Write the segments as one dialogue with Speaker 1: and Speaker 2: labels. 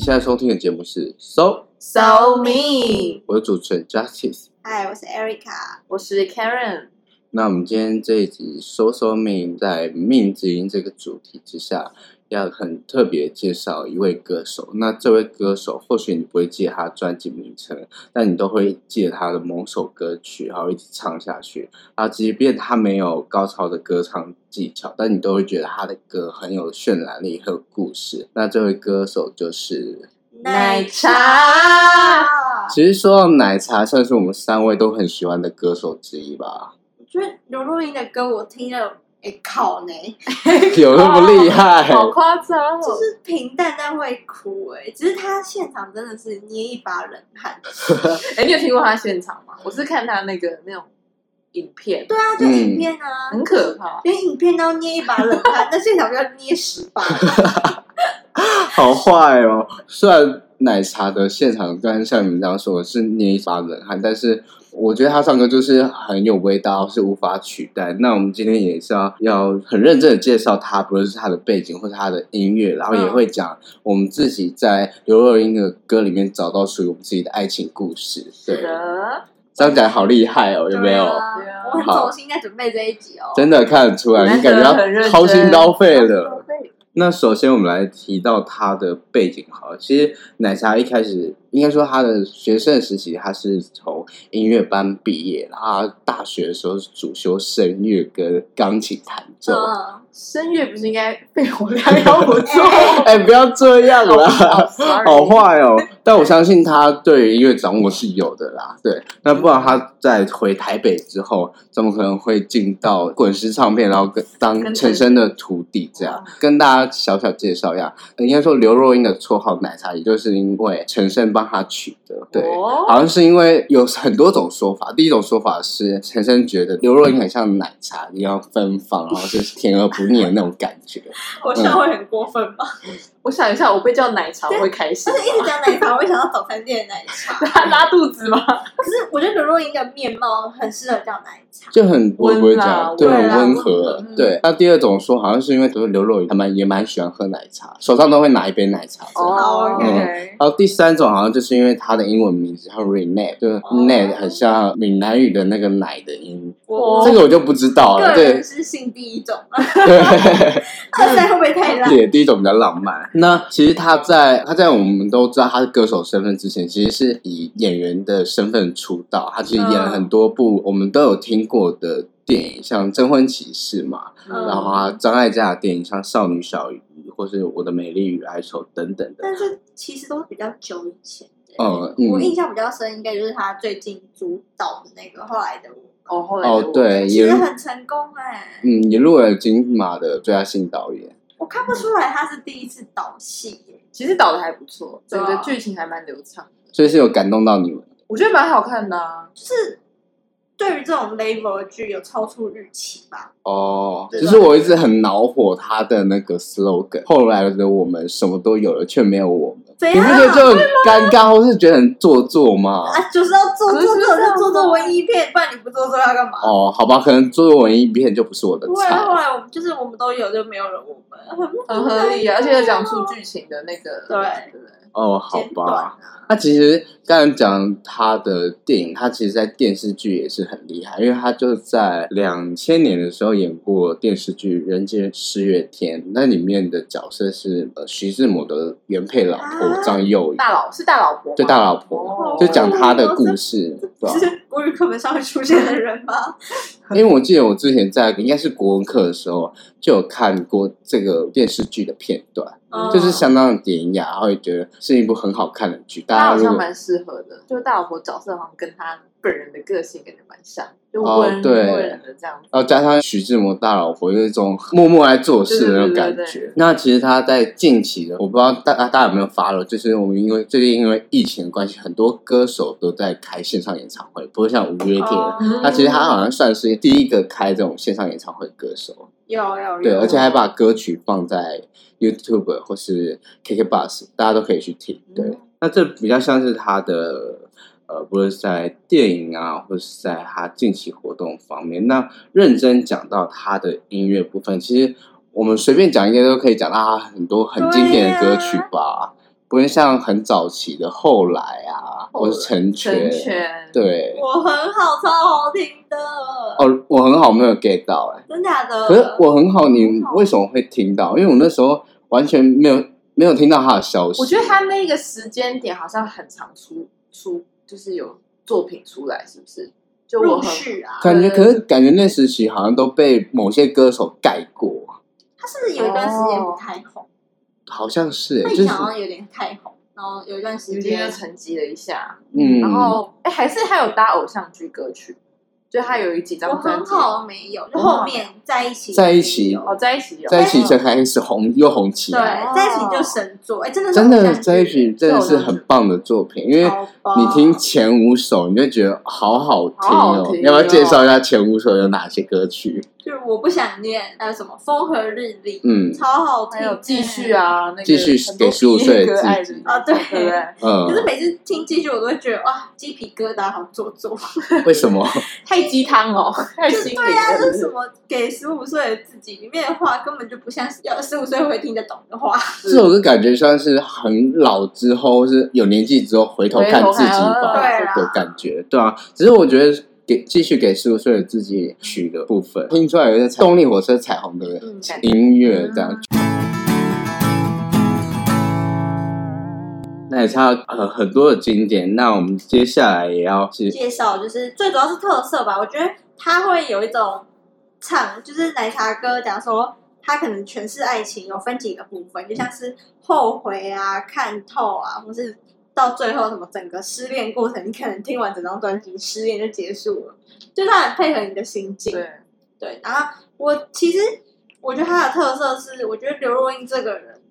Speaker 1: 现在收听的节目是《So》，
Speaker 2: So me，
Speaker 1: 我是主持人 Justice。
Speaker 3: 嗨，我是 Erica。
Speaker 2: 我是 Karen，
Speaker 1: 那我们今天这一集《So So 命》在命之音这个主题之下，要很特别介绍一位歌手。那这位歌手，或许你不会记得他专辑名称，但你都会记得他的某首歌曲，然后一直唱下去。啊，即便他没有高超的歌唱技巧，但你都会觉得他的歌很有渲染力，很有故事。那这位歌手就是
Speaker 2: 奶茶。
Speaker 1: 其实说到奶茶，算是我们三位都很喜欢的歌手之一吧。
Speaker 3: 我觉得刘若英的歌我听了，哎靠呢，
Speaker 1: 有那么厉害？
Speaker 2: 好夸张哦！
Speaker 3: 就是平淡但会哭哎、只是他现场真的是捏一把冷 汗。
Speaker 2: 哎、你有听过他现场吗？我是看他那个那种影片，
Speaker 3: 对啊，就
Speaker 1: 嗯
Speaker 3: 影片啊，
Speaker 2: 很可怕。
Speaker 3: 连影片都要捏一把冷汗， 那现场要捏十把。
Speaker 1: 好坏哦！虽然奶茶的现场，刚刚像你们这样说，我是捏一把冷汗，但是我觉得他唱歌就是很有味道，是无法取代。那我们今天也是要要很认真的介绍他，不论是他的背景或是他的音乐，然后也会讲我们自己在刘若英的歌里面找到属于我们自己的爱情故事。对，
Speaker 2: 的，
Speaker 1: 这样讲好厉害哦，有没有？
Speaker 3: 对啊
Speaker 2: 对啊
Speaker 3: 我很走心在准备这一集哦。
Speaker 1: 真的看得出来，
Speaker 2: 难
Speaker 1: 你
Speaker 2: 得
Speaker 1: 感觉
Speaker 2: 很认
Speaker 1: 他
Speaker 2: 真
Speaker 1: 掏心掏肺了。那首先我们来提到他的背景好了，其实奶茶一开始应该说他的学生时期，他是从音乐班毕业，然后他大学的时候是主修声乐跟钢琴弹奏。
Speaker 3: 嗯，
Speaker 2: 声乐不是应该被我聊聊不错？
Speaker 1: 哎、不要这样 啦，
Speaker 2: sorry
Speaker 1: 好坏哦！但我相信他对于音乐掌握是有的啦。对，那不然他在回台北之后，怎么可能会进到滚石唱片，然后跟当
Speaker 2: 跟
Speaker 1: 陈升的徒弟这
Speaker 2: 嗯
Speaker 1: 样？跟大家小小介绍一下，呃应该说刘若英的绰号“奶茶”，也就是因为陈升帮他取的。对，
Speaker 2: 哦
Speaker 1: 好像是因为有很多种说法。第一种说法是陈升觉得刘若英很像奶茶一样芬芳，然后就是甜而不腻的那种感觉。
Speaker 3: 我笑会很过分 吧？
Speaker 2: 我想一下，我被叫奶茶我会开心
Speaker 3: 但
Speaker 2: 吗
Speaker 3: 是，一直讲奶茶，我会想到早餐店的奶茶。
Speaker 2: 拉 拉肚子吗？
Speaker 3: 可是我觉得刘若英的面貌很适合叫奶茶。
Speaker 1: 就很我不会
Speaker 2: 温啦
Speaker 1: 讲，对，
Speaker 2: 温
Speaker 1: 很
Speaker 3: 啦
Speaker 1: 温
Speaker 3: 温
Speaker 1: 和
Speaker 2: 和。嗯
Speaker 1: 对，那第二种说好像是因为就是刘若英还蛮也蛮喜欢喝奶茶，手上都会拿一杯奶茶这样。
Speaker 2: 哦
Speaker 1: 嗯
Speaker 2: ，OK，
Speaker 1: 然后第三种好像就是因为她的英文名字叫 Renee，就是
Speaker 2: 哦
Speaker 1: Renee 很像闽南语的那个奶的音，
Speaker 2: 我
Speaker 1: 这个我就不知道了。
Speaker 3: 个
Speaker 1: 哦对
Speaker 3: 人是信第一种，
Speaker 1: 对。
Speaker 3: 二代会不会太
Speaker 2: 啊
Speaker 3: 烂？
Speaker 1: 对，第一种比较浪漫。那其实他在他在我们都知道他是歌手身份之前，其实是以演员的身份出道。他其实演
Speaker 2: 嗯
Speaker 1: 了很多部我们都有听过的电影，像《征婚启事》嘛，
Speaker 3: 嗯
Speaker 1: 然后啊张艾嘉的电影像《少女小鱼》或是《我的美丽与哀愁》等等的。
Speaker 3: 但是其实都比较久以前的。
Speaker 1: 嗯
Speaker 3: 我印
Speaker 1: 嗯，
Speaker 3: 象比较深，应该就是他最近主导的那个后来的我，
Speaker 2: 哦，后来
Speaker 1: 哦
Speaker 2: 就
Speaker 1: 对，
Speaker 3: 其
Speaker 1: 也
Speaker 3: 实很成功哎、
Speaker 1: 嗯也入围了金马的最佳新导演。
Speaker 3: 我看不出来他是第一次导戏耶、
Speaker 2: 其实导的还不错，整
Speaker 3: 对
Speaker 2: 个
Speaker 3: 啊
Speaker 2: 剧情还蛮流畅的，
Speaker 1: 所以是有感动到你们，
Speaker 2: 我觉得蛮好看的啊。
Speaker 3: 就是对于这种 level 的剧有超出预期吧。
Speaker 1: 哦，
Speaker 3: 对
Speaker 1: 只
Speaker 3: 的
Speaker 1: 是我一直很恼火他的那个 slogan。后来的我们什么都有了，却没有我们，
Speaker 3: 怎
Speaker 1: 你不觉
Speaker 3: 样
Speaker 1: 得就很尴尬，或是觉得很做作吗？
Speaker 3: 啊？就是要做
Speaker 2: 可
Speaker 3: 做
Speaker 2: 是
Speaker 3: 做
Speaker 2: 是这样
Speaker 3: 做
Speaker 2: 吗
Speaker 3: 做做文艺片，不然你不做做要干嘛？
Speaker 1: 哦，好吧，可能做文艺片就不是我的
Speaker 3: 不会，啊
Speaker 1: 菜
Speaker 3: 后。来我们就是我们都有，就没有了我们，很
Speaker 2: 很合理啊，而且有讲出剧情的那个，
Speaker 3: 哦对
Speaker 2: 对不对，
Speaker 1: 哦，好
Speaker 3: 简短
Speaker 1: 吧。
Speaker 3: 啊。
Speaker 1: 那其实刚才讲他的电影，他其实，在电视剧也是很厉害，因为他就在两千年的时候演过电视剧《人间四月天》，那里面的角色是呃徐志摩的原配老婆
Speaker 3: 啊
Speaker 1: 张幼仪，
Speaker 2: 大老是大老婆吗，
Speaker 1: 对大老婆，
Speaker 2: 哦
Speaker 1: 就讲她的故事，对啊吧？
Speaker 3: 是国语课本上会出现的人吗？
Speaker 1: 因为我记得我之前在应该是国文课的时候，就有看过这个电视剧的片段，
Speaker 3: 嗯
Speaker 1: 就是相当的典雅，然后也觉得是一部很好看的剧。
Speaker 2: 他
Speaker 1: 大家
Speaker 2: 好
Speaker 1: 如
Speaker 2: 像
Speaker 1: 果
Speaker 2: 蛮适合的，就大老婆角色好像跟他本人的个性感觉蛮像，就
Speaker 1: 哦
Speaker 2: 温
Speaker 1: 对
Speaker 2: 润的这样子。
Speaker 1: 然后加上徐志摩大老婆有一种默默来做事的那种感
Speaker 2: 对对对
Speaker 1: 觉。那其实他在近期的，我不知道大大家有没有发了，就是我们因为最近因为疫情的关系，很多歌手都在开线上演唱会，不过像五月天，
Speaker 3: 哦
Speaker 2: 嗯
Speaker 1: 他其实他好像算是第一个开这种线上演唱会的歌手。
Speaker 3: 有有
Speaker 1: 对，
Speaker 3: 有
Speaker 1: 而且还把歌曲放在 YouTube 或是 KK Bus，大家都可以去听。对，
Speaker 2: 嗯
Speaker 1: 那这比较像是他的呃，不论是在电影啊，或是在他近期活动方面。那认真讲到他的音乐部分，其实我们随便讲应该都可以讲到他很多很经典的歌曲吧。不会像很早期的后来啊，
Speaker 2: 后来
Speaker 1: 或是成
Speaker 2: 成
Speaker 1: 全，
Speaker 2: 全，
Speaker 1: 对，
Speaker 3: 我很好，超好听的，
Speaker 1: 哦，我很好没有 get 到哎、
Speaker 3: 真假的？
Speaker 1: 可是我很好，你
Speaker 3: 很好
Speaker 1: 为什么会听到？因为我那时候完全没有没有听到他的消息，
Speaker 2: 我觉得他那个时间点好像很常出出，就是有作品出来，是不是？就我
Speaker 3: 入
Speaker 2: 很
Speaker 3: 世啊，
Speaker 1: 感觉，
Speaker 2: 呃
Speaker 1: 可是感觉那时期好像都被某些歌手盖过，
Speaker 3: 他是不是有一段时间不太
Speaker 1: 哦
Speaker 3: 红？
Speaker 1: 好像是、
Speaker 3: 那
Speaker 1: 欸，
Speaker 3: 以
Speaker 1: 就
Speaker 3: 前
Speaker 1: 是
Speaker 3: 好像有点太红，然后有一段时
Speaker 2: 时间
Speaker 3: 间
Speaker 2: 就沉寂了一下，
Speaker 1: 嗯，
Speaker 2: 然后哎、还是他有搭偶像剧歌曲，就他有一几
Speaker 3: 我
Speaker 2: 张专
Speaker 3: 哦很
Speaker 2: 辑
Speaker 3: 好没有，就后面在一起
Speaker 1: 在一起
Speaker 3: 有
Speaker 2: 哦，在一起有
Speaker 1: 在一起才开始红又红起
Speaker 3: 对，
Speaker 1: 来，
Speaker 3: 在一起就神作，哎，真的是
Speaker 1: 真
Speaker 3: 偶
Speaker 1: 的
Speaker 3: 像剧
Speaker 1: 在一起真的是很棒的作品，因
Speaker 2: 啊
Speaker 1: 为。
Speaker 3: 好棒
Speaker 1: 你听前五首，你就觉得好好听
Speaker 2: 好
Speaker 1: 哦。
Speaker 2: 好听
Speaker 1: 要不要
Speaker 2: 哦
Speaker 1: 介绍一下前五首有哪些歌曲？
Speaker 3: 就是我不想念，还有什么风和日丽，
Speaker 1: 嗯
Speaker 3: 超好听，
Speaker 2: 还有继续。啊，那个
Speaker 1: 继续
Speaker 2: 很多
Speaker 1: 给15
Speaker 2: 毕业
Speaker 1: 岁的
Speaker 2: 歌
Speaker 1: 自
Speaker 2: 爱
Speaker 1: 己
Speaker 2: 人
Speaker 3: 啊对
Speaker 2: 对不 对？
Speaker 1: 嗯
Speaker 3: 可，是每次听继续，我都会觉得哇，鸡皮疙瘩好做作。
Speaker 1: 为什么？
Speaker 2: 太鸡汤哦，太
Speaker 3: 就
Speaker 2: 心灵
Speaker 3: 对呀、
Speaker 2: 了。
Speaker 3: 这是什么给十五岁的自己里面的话，根本就不像是要十五岁会听得懂的 话。
Speaker 1: 这首歌感觉算是很老之后，是有年纪之后回头看自己吧
Speaker 3: 回头看
Speaker 1: 的感觉，对啊。只是我觉得给继续给十五岁的自己曲的部分，听出来有一个动力火车彩虹的
Speaker 2: 嗯，感
Speaker 1: 音乐这样。那也差呃很多的经典，那我们接下来也要是
Speaker 3: 介绍就是最主要是特色吧，我觉得他会有一种唱，就是奶茶哥讲说他可能诠释爱情有分几个部分，就像是后悔啊、看透啊，或是到最后什么整个失恋过程，你可能听完整张专辑失恋就结束了，就他很配合你的心境。
Speaker 2: 对，
Speaker 3: 对，然后我其实我觉得他的特色是，我觉得刘若英这个人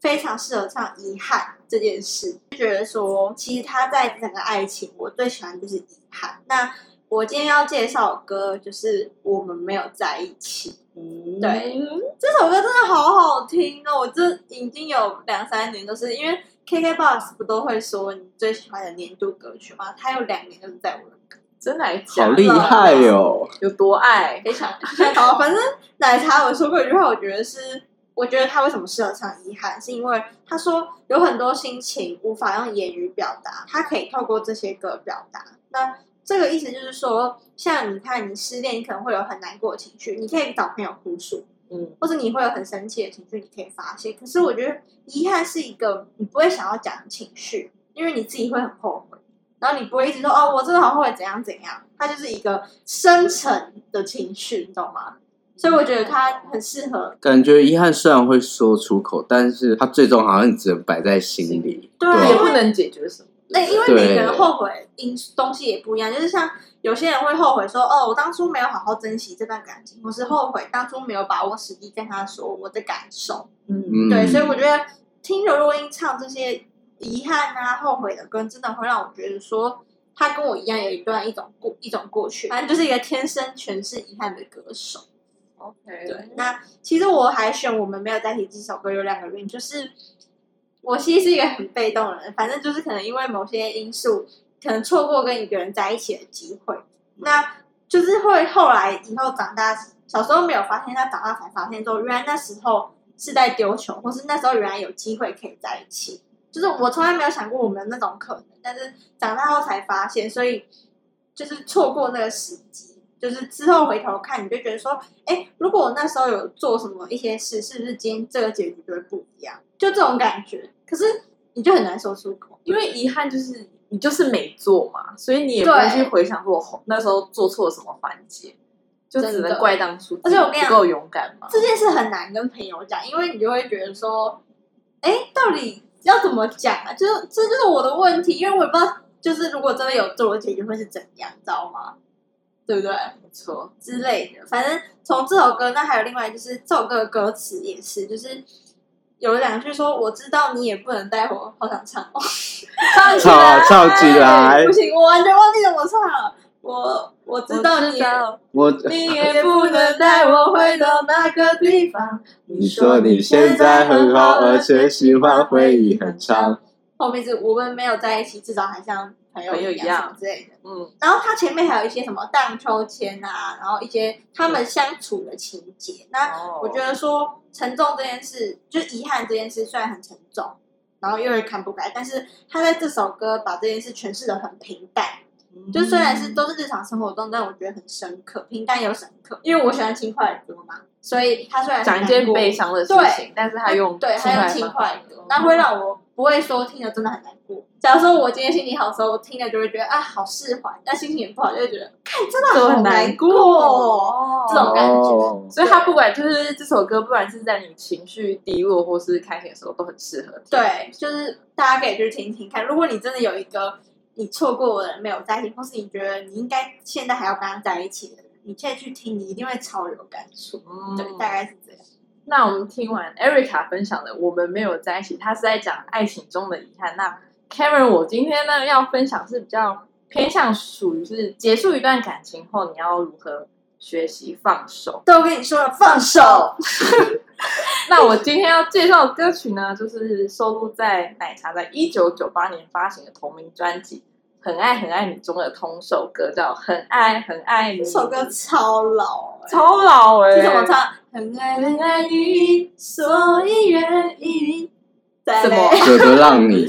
Speaker 3: 非常适合唱遗憾这件事，就觉得说，其实他在整个爱情，我最喜欢就是遗憾。那我今天要介绍的歌就是《我们没有在一起》。
Speaker 2: 嗯
Speaker 3: 对，这首歌真的好好听哦！我这已经有两三年都是因为 KKBOX 不都会说你最喜欢的年度歌曲吗？它有两年都是在我的歌
Speaker 2: 真来
Speaker 1: 好
Speaker 2: 讲
Speaker 1: 厉害哦，
Speaker 2: 有多爱，
Speaker 3: 非常非常高。反正奶茶有说过一句话，我觉得是，我觉得他为什么适合唱《遗憾》，是因为他说有很多心情无法用言语表达，他可以透过这些歌表达。那这个意思就是说，像你看，你失恋，你可能会有很难过的情绪，你可以找朋友哭诉，
Speaker 2: 嗯，
Speaker 3: 或者你会有很生气的情绪，你可以发泄。可是我觉得遗憾是一个你不会想要讲的情绪，因为你自己会很后悔，然后你不会一直说哦，我真的好后悔怎样怎样。它就是一个深沉的情绪，你懂吗？所以我觉得它很适合。
Speaker 1: 感觉遗憾虽然会说出口，但是它最终好像只能摆在心里。
Speaker 3: 对
Speaker 1: 对
Speaker 3: 啊，
Speaker 1: 啊
Speaker 2: 也不能解决什么，
Speaker 3: 那因为
Speaker 1: 对
Speaker 3: 每个人后悔因东西也不一样，就是像有些人会后悔说哦，我当初没有好好珍惜这段感情，或是后悔当初没有把握实际跟他说我的感受。
Speaker 2: 嗯，
Speaker 1: 嗯，
Speaker 3: 对，所以我觉得听刘若英唱这些遗憾啊、后悔的歌，真的会让我觉得说，她跟我一样有一段一种过一种过去，反正就是一个天生全是遗憾的歌手。
Speaker 2: ，OK，
Speaker 3: 对，那其实我还选我们没有在一起这首歌有两个原因，就是我其实是一个很被动的人，反正就是可能因为某些因素，可能错过跟一个人在一起的机会，那就是会后来以后长大，小时候没有发现，他长大才发现说，原来那时候是在丢球，或是那时候原来有机会可以在一起，就是我从来没有想过我们那种可能，但是长大后才发现，所以就是错过那个时机，就是之后回头看，你就觉得说，哎，如果我那时候有做什么一些事，是不是今天这个结局就会不一样？就这种感觉，可是你就很难说出口。
Speaker 2: 因为遗憾就是你就是没做嘛，所以你也不会去回想说我那时候做错什么环节，就只能怪当初自
Speaker 3: 而
Speaker 2: 己
Speaker 3: 且我跟你讲
Speaker 2: 不够勇敢嘛，
Speaker 3: 啊这件事很难跟朋友讲，因为你就会觉得说，哎，到底要怎么讲啊？就是这就是我的问题，因为我也不知道，就是如果真的有做了结局会是怎样，你知道吗？对不对？
Speaker 2: 没错，
Speaker 3: 之类的。反正从这首歌，那还有另外就是这首歌的歌词也是，就是有两句说：“我知道你也不能带我，好想唱哦。”
Speaker 2: 唱
Speaker 1: 起来唱起来
Speaker 3: 不行，我完全忘记怎么唱了。我我知道你，
Speaker 1: 我
Speaker 2: 你也不能带我回到那个地方。
Speaker 1: 你说你现在很好，而且喜欢回忆很长。
Speaker 3: 后面是我们没有在一起，至少还像朋友
Speaker 2: 朋友
Speaker 3: 一
Speaker 2: 一样
Speaker 3: 什么之类的。
Speaker 2: 嗯，
Speaker 3: 然后它前面还有一些什么荡秋千啊，然后一些他们相处的情节。那
Speaker 2: 哦
Speaker 3: 我觉得说沉重这件事，就是遗憾这件事，虽然很沉重，然后又会看不开，但是他在这首歌把这件事诠释的很平淡，就
Speaker 2: 嗯
Speaker 3: 虽然是都是日常生活中，但我觉得很深刻，平淡又深刻。因为我喜欢轻快的歌嘛，所以他虽然很
Speaker 2: 讲一件
Speaker 3: 难过
Speaker 2: 悲伤的事情，但是他用
Speaker 3: 对，他用轻
Speaker 2: 轻
Speaker 3: 快
Speaker 2: 快
Speaker 3: 的，那会让我不会说听了真的很难过。假如说我今天心情好的时候，我听了就会觉得啊好释怀，但心情不好就会觉得看真的
Speaker 2: 就
Speaker 3: 好
Speaker 2: 很难
Speaker 3: 过。
Speaker 2: 过
Speaker 3: 这种感觉
Speaker 1: 哦
Speaker 2: 所以他不管就是这首歌，不管是在你情绪低落或是开心的时候，都很适合。
Speaker 3: 对，就是大家可以去听听看。如果你真的有一个你错过的人没有在一起，或是你觉得你应该现在还要跟他在一起的人，你现在去听，你一定会超有感触。
Speaker 2: 嗯
Speaker 3: 对，大概是这样。
Speaker 2: 那我们听完 Erica 分享的《我们没有在一起》，他是在讲爱情中的遗憾。那 Karen，我今天呢要分享是比较偏向属于是结束一段感情后，你要如何学习放手。
Speaker 3: 都跟你说了，放手。
Speaker 2: 那我今天要介绍的歌曲呢，就是收录在奶茶在一九九八年发行的同名专辑《很爱很爱你》中的同首歌，叫《很爱很爱你》。
Speaker 3: 这首歌超老、欸，
Speaker 2: 超老哎、
Speaker 3: 你怎么唱？很爱很爱你，所以愿意再
Speaker 2: 什么
Speaker 3: 累
Speaker 1: 舍得让你，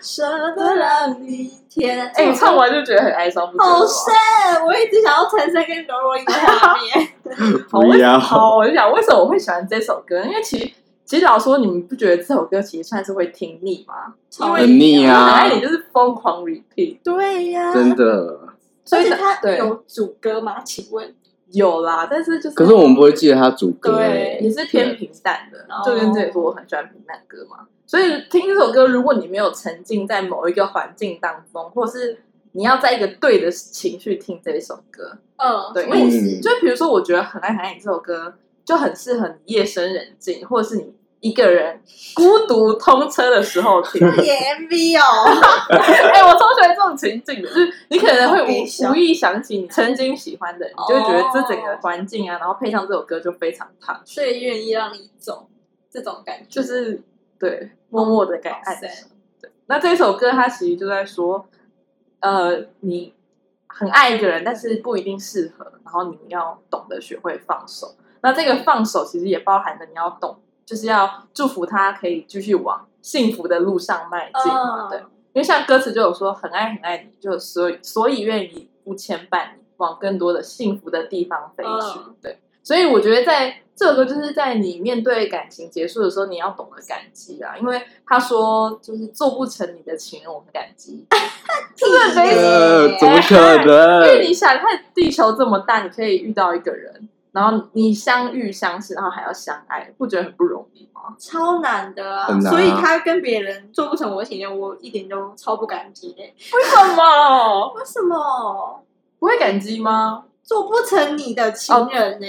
Speaker 3: 舍得让你甜。
Speaker 2: 哎、你唱完就觉得很哀伤，不觉得吗
Speaker 3: 好sad，我一直想要陈升跟刘若英的画面。
Speaker 1: 不要，
Speaker 2: 好，我就想为什么我会喜欢这首歌？因为其实其实老实说，你们不觉得这首歌其实算是会听腻吗？
Speaker 3: 超
Speaker 1: 很腻
Speaker 2: 我很
Speaker 1: 啊
Speaker 2: 爱，你就是疯狂 repeat，
Speaker 3: 对呀、
Speaker 1: 真的。
Speaker 3: 所以
Speaker 2: 真的
Speaker 3: 他
Speaker 2: 对
Speaker 3: 有主歌吗？请问？
Speaker 2: 有啦，但是就是
Speaker 1: 可是我们不会记得他主歌哎
Speaker 2: 也，是偏平淡的
Speaker 3: 哦，
Speaker 2: 就跟这里说我很喜欢平淡歌嘛。所以听这首歌，如果你没有沉浸在某一个环境当中，或是你要在一个对的情绪听这一首歌，
Speaker 3: 嗯，
Speaker 2: 对，因
Speaker 3: 我也
Speaker 2: 为
Speaker 3: 是
Speaker 2: 就比如说，我觉得《很爱很爱你》这首歌就很适合你夜深人静，或者是你一个人孤独通车的时候 听。
Speaker 3: 演 MV 哦，
Speaker 2: 哎、我超喜欢这种情景的，就是你可能会
Speaker 3: 好悲
Speaker 2: 无
Speaker 3: 伤
Speaker 2: 无意想起你曾经喜欢的人，你就会觉得这整个环境啊，然后配上这首歌就非常烫，
Speaker 3: 所以愿意让你走，这种感觉
Speaker 2: 就是对默默的给爱
Speaker 3: 好。sad
Speaker 2: 对，那这首歌它其实就在说，呃，你很爱一个人，但是不一定适合，然后你要懂得学会放手。那这个放手其实也包含着你要懂，就是要祝福他可以继续往幸福的路上迈进嘛。
Speaker 3: 嗯
Speaker 2: 对，因为像歌词就有说“很爱很爱你”，就所以所以愿意不牵绊你，往更多的幸福的地方飞去。
Speaker 3: 嗯
Speaker 2: 对，所以我觉得在这首歌就是在你面对感情结束的时候，你要懂得感激啊，因为他说就是做不成你的情人，我很感激。
Speaker 3: 真的
Speaker 2: 没
Speaker 1: 呃，怎么可
Speaker 2: 因为
Speaker 1: 能？
Speaker 2: 你想看地球这么大，你可以遇到一个人，然后你相遇、相识，然后还要相爱，不觉得很不容易吗？
Speaker 3: 超难的、啊，
Speaker 1: 很难啊
Speaker 3: 所以他跟别人做不成我的情人，我一点都超不感激的、
Speaker 2: 为什么
Speaker 3: 为什么
Speaker 2: 不会感激吗？
Speaker 3: 做不成你的情人呢、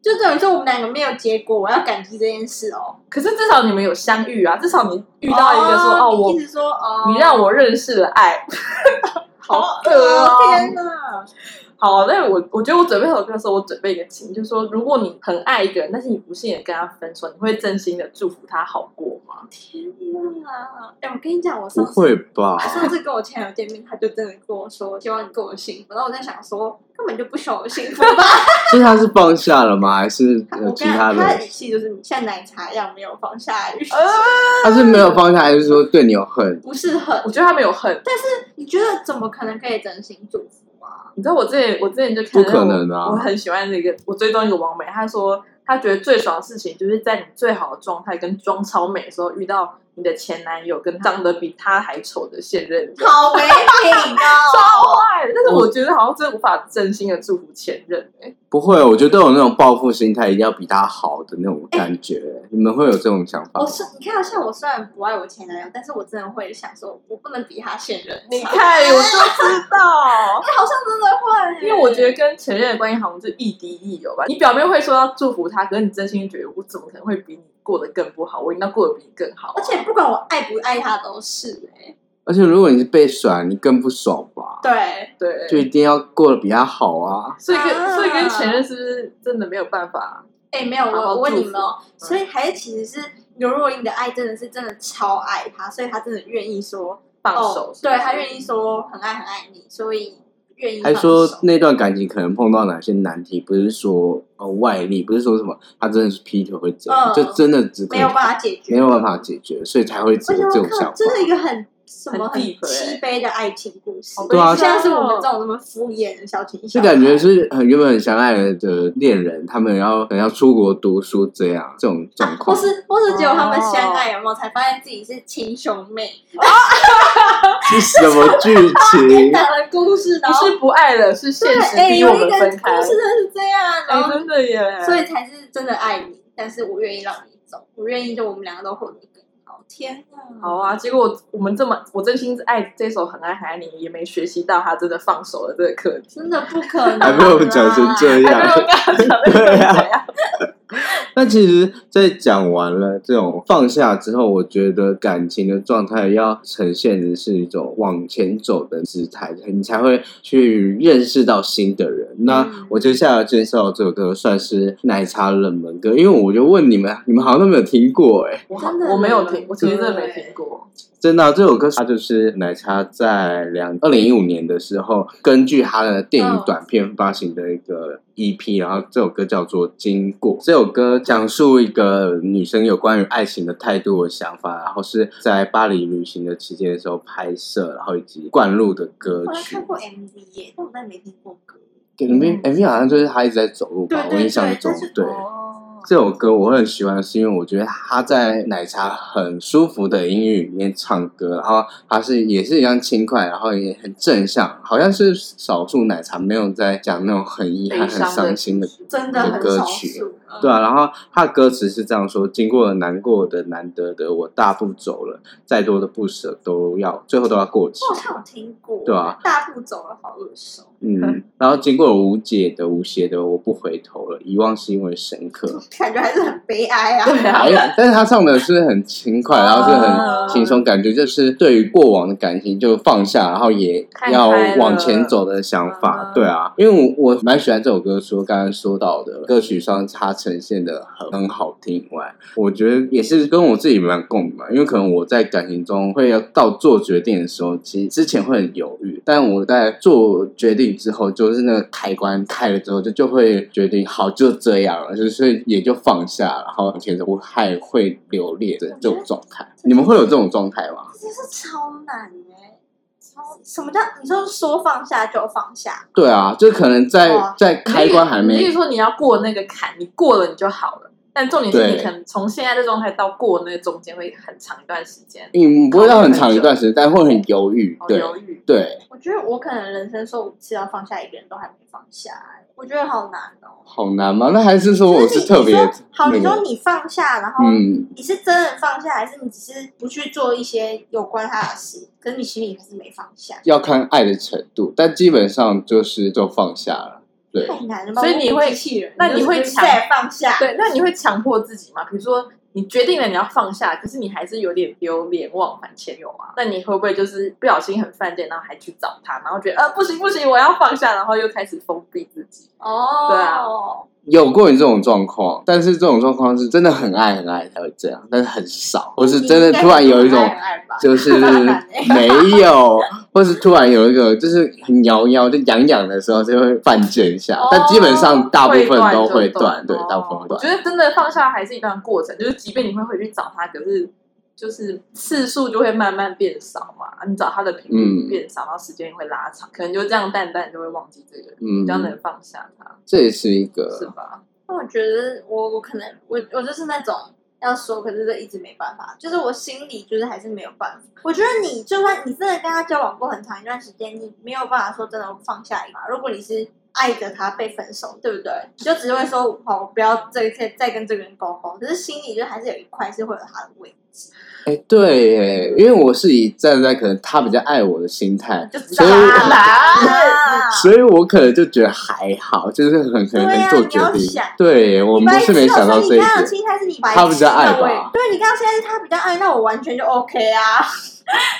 Speaker 3: 就等于说我们两个没有结果，我要感激这件事哦。
Speaker 2: 可是至少你们有相遇啊，至少你遇到一个说
Speaker 3: 哦，
Speaker 2: 哦我
Speaker 3: 你意思说哦，
Speaker 2: 你让我认识了爱。
Speaker 3: 好啊
Speaker 2: 恶哦
Speaker 3: 天哪！
Speaker 2: 好，那我我觉得我准备这首歌的时候，我准备一个情，就是说，如果你很爱一个人，但是你不幸的跟他分手，你会真心的祝福他好过吗？
Speaker 3: 天哪！哎、我跟你讲，我
Speaker 1: 不
Speaker 3: 上次
Speaker 1: 会吧？
Speaker 3: 我上次跟我前男友见面，他就真的跟我说希望你跟我幸福，然后我在想说根本就不需要 我幸福吧。
Speaker 1: 所以他是放下了吗？还是
Speaker 3: 我
Speaker 1: 有
Speaker 3: 跟
Speaker 1: 其他
Speaker 3: 他的
Speaker 1: 的？
Speaker 3: 语气就是你像奶茶一样没有放下的语气，
Speaker 1: 他是没有放下，还是说对你有恨？
Speaker 3: 不是很
Speaker 2: 我觉得他没有恨，
Speaker 3: 你觉得怎么可能可以真心祝福啊？
Speaker 2: 你知道我之前我之前就看
Speaker 1: 不可能啊
Speaker 2: 我很喜欢那个，我追踪一个网美，她说她觉得最爽的事情就是在你最好的状态跟妆超美的时候遇到你的前男友跟长得比他还丑的现任。
Speaker 3: 好没 品
Speaker 2: 超
Speaker 3: 哦！
Speaker 2: 坏，但是我觉得好像真的无法真心的祝福前任、欸，
Speaker 1: 不会，我觉得都有那种报复心态，一定要比他好的那种感觉。你们会有这种想法
Speaker 3: 我
Speaker 1: 吗？
Speaker 3: 是你看，像我虽然不爱我前男友，但是我真的会想说，我不能比他现任。
Speaker 2: 你看我就知道，
Speaker 3: 好像真的 会，欸
Speaker 2: 因为我觉得跟前任的关系好像是亦敌亦友吧。你表面会说要祝福他，可是你真心觉得我怎么可能会比你过得更不好？我应该过得比你更好啊、
Speaker 3: 而且不管我爱不爱他都是哎、
Speaker 1: 而且如果你是被甩，你更不爽吧？
Speaker 3: 对，
Speaker 1: 就
Speaker 2: 对，
Speaker 1: 一定要过得比他好啊！
Speaker 2: 所以跟、
Speaker 3: 啊
Speaker 2: 所以跟前任是不是真的没有办法？
Speaker 3: 哎、没有
Speaker 2: 好好
Speaker 3: 我我问
Speaker 2: 祝
Speaker 3: 你
Speaker 2: 福
Speaker 3: 们哦，
Speaker 2: 嗯
Speaker 3: 所以还是其实是刘若英的爱真的是真的超爱他，所以他真的愿意说
Speaker 2: 放手
Speaker 3: 哦，
Speaker 2: 是不是
Speaker 3: 对他愿意说很爱很爱你，所以愿意
Speaker 1: 还
Speaker 3: 放
Speaker 1: 说
Speaker 3: 手。
Speaker 1: 那段感情可能碰到哪些难题，不是说呃外力，不是说什么他真的是劈腿会怎样，
Speaker 3: 嗯
Speaker 1: 就真的只可
Speaker 3: 没
Speaker 1: 以
Speaker 3: 有办法解决，
Speaker 1: 没有办法解决，所以才会只
Speaker 3: 我
Speaker 1: 有
Speaker 3: 想
Speaker 1: 这种
Speaker 3: 我
Speaker 1: 想
Speaker 3: 靠，
Speaker 1: 法。
Speaker 3: 这是一个很什么
Speaker 2: 很
Speaker 3: 很
Speaker 2: deep 欸
Speaker 3: 凄悲的爱情故事
Speaker 2: 好，
Speaker 1: 对啊悲
Speaker 3: 像是
Speaker 2: 伤哦
Speaker 3: 我们这种什么敷衍的小情小
Speaker 1: 这
Speaker 3: 爱，
Speaker 1: 感觉是很原本很相爱的恋人，他们要可能要出国读书这样这种状
Speaker 3: 或
Speaker 1: 况，
Speaker 3: 是或是只有他们相爱有没有才发现自己是亲兄妹，
Speaker 1: 是什么剧情
Speaker 3: 天？大的故事，然
Speaker 2: 不
Speaker 3: 后
Speaker 2: 是不爱了，是现
Speaker 3: 对，
Speaker 2: 实
Speaker 3: 哎
Speaker 2: 逼我
Speaker 3: 有一
Speaker 2: 们
Speaker 3: 个
Speaker 2: 分开
Speaker 3: 故。事真的是这样，然
Speaker 2: 哎，
Speaker 3: 后
Speaker 2: 真的耶！
Speaker 3: 所以才是真的爱你，但是我愿意让你走，我愿意就我们两个都混得更好。天哪，
Speaker 2: 好啊，结果我我们这么，我真心爱这首《很爱很爱你》，也没学习到他真的放手了这个课题。
Speaker 3: 真的不可能啊，
Speaker 1: 还被我们讲成这
Speaker 2: 还没有
Speaker 1: 样。
Speaker 2: 跟他讲那个
Speaker 1: 啊对啊
Speaker 2: 怎样？
Speaker 1: 那其实，在讲完了这种放下之后，我觉得感情的状态要呈现的是一种往前走的姿态，你才会去认识到新的人。那
Speaker 3: 嗯
Speaker 1: 我接下来介绍这首歌算是奶茶冷门歌，因为我就问你们，你们好像都没有听过哎、
Speaker 2: 我
Speaker 3: 真的
Speaker 2: 我没有听，我其实真的
Speaker 3: 对
Speaker 2: 没听过。
Speaker 1: 真的啊、这首歌它就是奶茶在两二零一五年的时候，根据他的电影短片发行的一个 EP，、然后这首歌叫做《经过》。这首歌讲述一个女生有关于爱情的态度和想法，然后是在巴黎旅行的期间的时候拍摄，然后以及灌录的歌
Speaker 3: 我好像
Speaker 1: 曲
Speaker 3: 看。过 MV 耶，但我真的没听过歌。
Speaker 1: 里面 MV 好像就是她一直在走路吧，
Speaker 3: 对
Speaker 1: 我
Speaker 3: 对
Speaker 1: 印象
Speaker 3: 对
Speaker 1: 中
Speaker 3: 但是
Speaker 1: 对。
Speaker 2: 哦
Speaker 1: 这首歌我很喜欢，是因为我觉得他在奶茶很舒服的音域里面唱歌，然后他是也是一样轻快，然后也很正向，好像是少数奶茶没有在讲那种很遗憾、
Speaker 2: 悲
Speaker 1: 很
Speaker 2: 伤的
Speaker 1: 伤心的。
Speaker 3: 真的很
Speaker 1: 歌
Speaker 3: 少
Speaker 1: 曲
Speaker 3: 数，嗯
Speaker 1: 对啊，然后他的歌词是这样说：经过了难过的、难得的，我大步走了，再多的不舍都要，最后都要过期
Speaker 3: 我。好像有听过，
Speaker 1: 对啊，
Speaker 3: 大步走了好耳熟，
Speaker 1: 嗯，然后经过了无解的、无邪的，我不回头了，遗忘是因为深 刻。
Speaker 3: 感觉还是很悲哀啊。
Speaker 2: 对啊
Speaker 1: 哎，但是他唱的是很轻快，然啊后是很
Speaker 3: 嗯
Speaker 1: 轻松，感觉就是对于过往的感情就放下，然后也要往前走的想法
Speaker 2: 嗯，
Speaker 1: 对啊，因为我我蛮喜欢这首歌，说刚刚说到的歌曲上它呈现的很很好听以外，我觉得也是跟我自己蛮共鸣吧，因为可能我在感情中会要到做决定的时候，其实之前会很犹豫，但我在做决定之后，就是那个开关开了之后，就就会决定好就这样了，就是也就放下，然后其实我还会留恋的这种状态。你们会有这种状态吗？
Speaker 3: 这是超难哎、超什么叫你说说放下就放下？
Speaker 1: 对啊，就可能在、
Speaker 3: 哇
Speaker 1: 在开关还
Speaker 2: 你
Speaker 1: 没
Speaker 2: 是说你要过那个坎，你过了你就好了。但重点是你
Speaker 1: 对
Speaker 2: 可能从现在这状态到过那个中间会很长一段时间，
Speaker 1: 嗯，不会到很长一段时间，但会很犹豫
Speaker 3: 哦
Speaker 2: 好。
Speaker 1: 对
Speaker 2: 犹豫。
Speaker 1: 对，
Speaker 3: 我觉得我可能人生说五次要放下一个人都还没放下、欸，我觉得好难哦、
Speaker 1: 好难吗？那还是说我
Speaker 3: 就是你
Speaker 1: 特别
Speaker 3: 你说哦好，
Speaker 1: 那
Speaker 3: 你说
Speaker 1: 个，
Speaker 3: 你放下，然后
Speaker 1: 嗯，
Speaker 3: 你是真的放下，还是你只是不去做一些有关他的事？可是你心里还是没放下，
Speaker 1: 要看爱的程度，但基本上就是就放下了。对，
Speaker 3: 太难了吧？
Speaker 2: 所以你
Speaker 3: 我不是
Speaker 2: 会
Speaker 3: 机器人，
Speaker 2: 那你会
Speaker 3: 就是再放下？
Speaker 2: 对，那你会强迫自己吗？比如说，你决定了你要放下，可是你还是有点丢脸，忘返前友啊。那你会不会就是不小心很犯贱，然后还去找他，然后觉得呃不行不行，我要放下，然后又开始封闭自己？
Speaker 3: 哦，
Speaker 2: 对啊
Speaker 1: 有过你这种状况，但是这种状况是真的很爱很爱才会这样，但是很少，或是真的突然有一种
Speaker 3: 你应该很爱吧
Speaker 1: 就是
Speaker 3: 很难欸
Speaker 1: 没有，或是突然有一个就是很挠挠，就痒痒的时候就会犯贱一下
Speaker 3: 哦，
Speaker 1: 但基本上大部分都会
Speaker 2: 会
Speaker 1: 断，对
Speaker 2: 哦，
Speaker 1: 大部分会
Speaker 2: 我觉
Speaker 1: 断。
Speaker 2: 得真的放下还是一段过程，就是即便你会回去找他，可是就是次数就会慢慢变少嘛，你找他的频率
Speaker 1: 嗯
Speaker 2: 变少，然后时间也会拉长，可能就这样淡淡就会忘记这个人，比较能
Speaker 1: 嗯，
Speaker 2: 放下他，
Speaker 1: 这也是一
Speaker 2: 是
Speaker 1: 个
Speaker 2: 吧？
Speaker 3: 那我觉得我我可能我我就是那种要说，可是就一直没办法，就是我心里就是还是没有办法。我觉得你就算你真的跟他交往过很长一段时间，你没有办法说真的放下一个。如果你是爱着他被分手，对不对？你就只会说好，我不要再再再跟这个人沟通。可是心里就还是有一块是会有他的位置，
Speaker 1: 哎，对耶，因为我是以站在可能他比较爱我的心态，
Speaker 3: 就知道
Speaker 1: 所以
Speaker 3: 啦
Speaker 2: 啦
Speaker 1: 所以我可能就觉得还好，就是很可
Speaker 3: 对
Speaker 1: 能
Speaker 3: 啊
Speaker 1: 做决
Speaker 3: 你要
Speaker 1: 定
Speaker 3: 想。
Speaker 1: 对我
Speaker 3: 你
Speaker 1: 们
Speaker 3: 白
Speaker 1: 不是
Speaker 3: 痴哦
Speaker 1: 没想到
Speaker 3: 所
Speaker 1: 这
Speaker 3: 以
Speaker 1: 一
Speaker 3: 你刚刚
Speaker 1: 点
Speaker 3: 的。心态是你白痴，
Speaker 1: 他比较爱
Speaker 3: 那我也
Speaker 1: 吧
Speaker 3: 对你刚刚现在是他比较爱，那我完全就 OK 啊，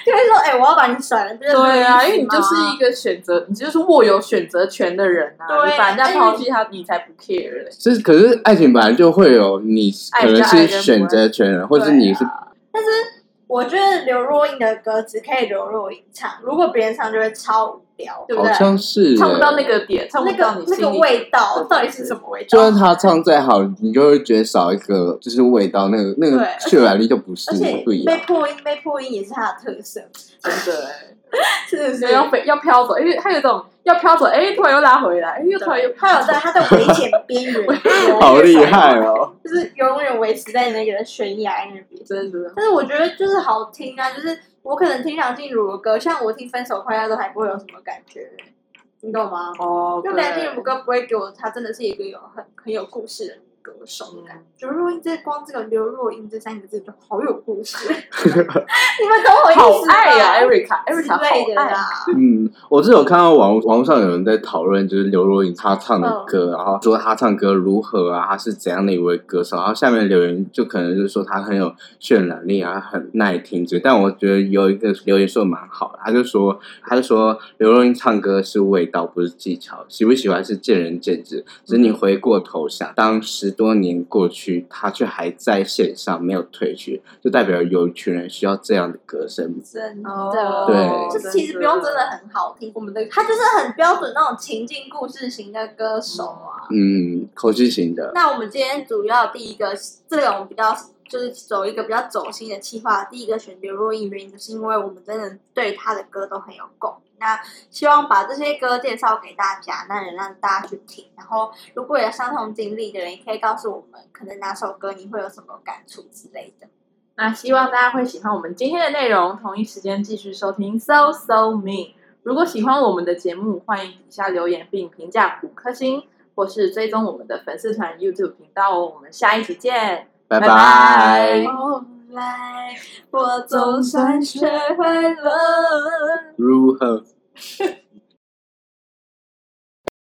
Speaker 3: 就会说哎、我要把你甩了，不是
Speaker 2: 对啊，因为你
Speaker 3: 这
Speaker 2: 就
Speaker 3: 个意思
Speaker 2: 是
Speaker 3: 吗
Speaker 2: 一个选择，你就是握有选择权的人啊。
Speaker 3: 对
Speaker 2: 你把人
Speaker 3: 哎
Speaker 2: 家抛弃他，你才不 care 嘞。
Speaker 1: 就是，可是爱情本来就会有你
Speaker 2: 爱
Speaker 1: 可
Speaker 2: 比
Speaker 1: 能
Speaker 2: 较爱
Speaker 1: 是
Speaker 2: 跟不爱
Speaker 1: 选择权人，或者
Speaker 3: 对啊
Speaker 1: 你是
Speaker 3: 但是我觉得刘若英的歌只可以刘若英唱，如果别人唱就会超无聊，对不
Speaker 1: 好
Speaker 3: 对？
Speaker 1: 像是、欸、
Speaker 2: 唱不到那个点，唱不
Speaker 3: 那
Speaker 2: 到你
Speaker 3: 个
Speaker 2: 心
Speaker 3: 那
Speaker 2: 里
Speaker 3: 个味道到底是什么味道？
Speaker 1: 就算他唱再好，你就会觉得少一个，就是味道，那个那个
Speaker 3: 对而且
Speaker 1: 渲染力就不是
Speaker 3: 而且
Speaker 1: 不一
Speaker 3: 被
Speaker 1: 样。
Speaker 3: 破音，被破音也是他的特色，
Speaker 2: 真的欸
Speaker 3: 是不是
Speaker 2: 所以？要飞要飘走，因为它有一种要飘走，哎，突然又拉回来，哎，又突然又，
Speaker 3: 他有在他的危险边缘
Speaker 1: 好厉害哦！
Speaker 3: 就是永远维持在那个悬崖那边。
Speaker 2: 真的
Speaker 3: 但是我觉得就是好听啊，就是我可能听梁静茹的歌，像我听《分手快乐》都还不会有什么感觉，你懂吗？
Speaker 2: 哦，
Speaker 3: 就
Speaker 2: 对
Speaker 3: 梁静茹歌不会给我，她真的是一个有很很有故事的歌手的
Speaker 2: 嗯
Speaker 3: 感觉。刘若英这光这个刘若英这三个字就好有 故事，你们懂我
Speaker 2: 好
Speaker 3: 意思吗？
Speaker 2: 爱呀，Erica，Erica
Speaker 3: 之类的
Speaker 2: 好爱啊，
Speaker 3: 啦。
Speaker 1: 嗯，我是有看到网网络上有人在讨论，就是刘若英她唱的歌，然后说她唱歌如何啊，她是怎样的一位歌手，然后下面留言就可能就是说她很有渲染力啊，很耐听之类。但我觉得有一个留言说得蛮好的，他就说他就说刘若英唱歌是味道，不是技巧，喜不喜欢是见仁见智。只是你回过头想，当十多年过去，她却还在线上没有退去，就代表有一群人需要这样的歌声。
Speaker 3: 真的，
Speaker 2: 哦
Speaker 1: 对
Speaker 3: 就是其实不用真的很好听，我们的他就是很标准那种情境故事型的歌手啊。
Speaker 1: 嗯，口气型的。
Speaker 3: 那我们今天主要第一个这种比较就是走一个比较走心的企划，第一个选刘若英原因就是因为我们真的对她的歌都很有共鸣。那希望把这些歌介绍给大家，那也让大家去听。然后如果有相同经历的人，也可以告诉我们，可能哪首歌你会有什么感触之类的。
Speaker 2: 那希望大家会喜欢我们今天的内容，同一时间继续收听 So So Me。如果喜欢我们的节目，欢迎底下留言并评价五颗星，或是追踪我们的粉丝团 YouTube 频道哦。我们下一集见，
Speaker 1: 拜
Speaker 2: 拜拜
Speaker 1: 拜。
Speaker 3: 后来，我总算学会了。
Speaker 1: 如何？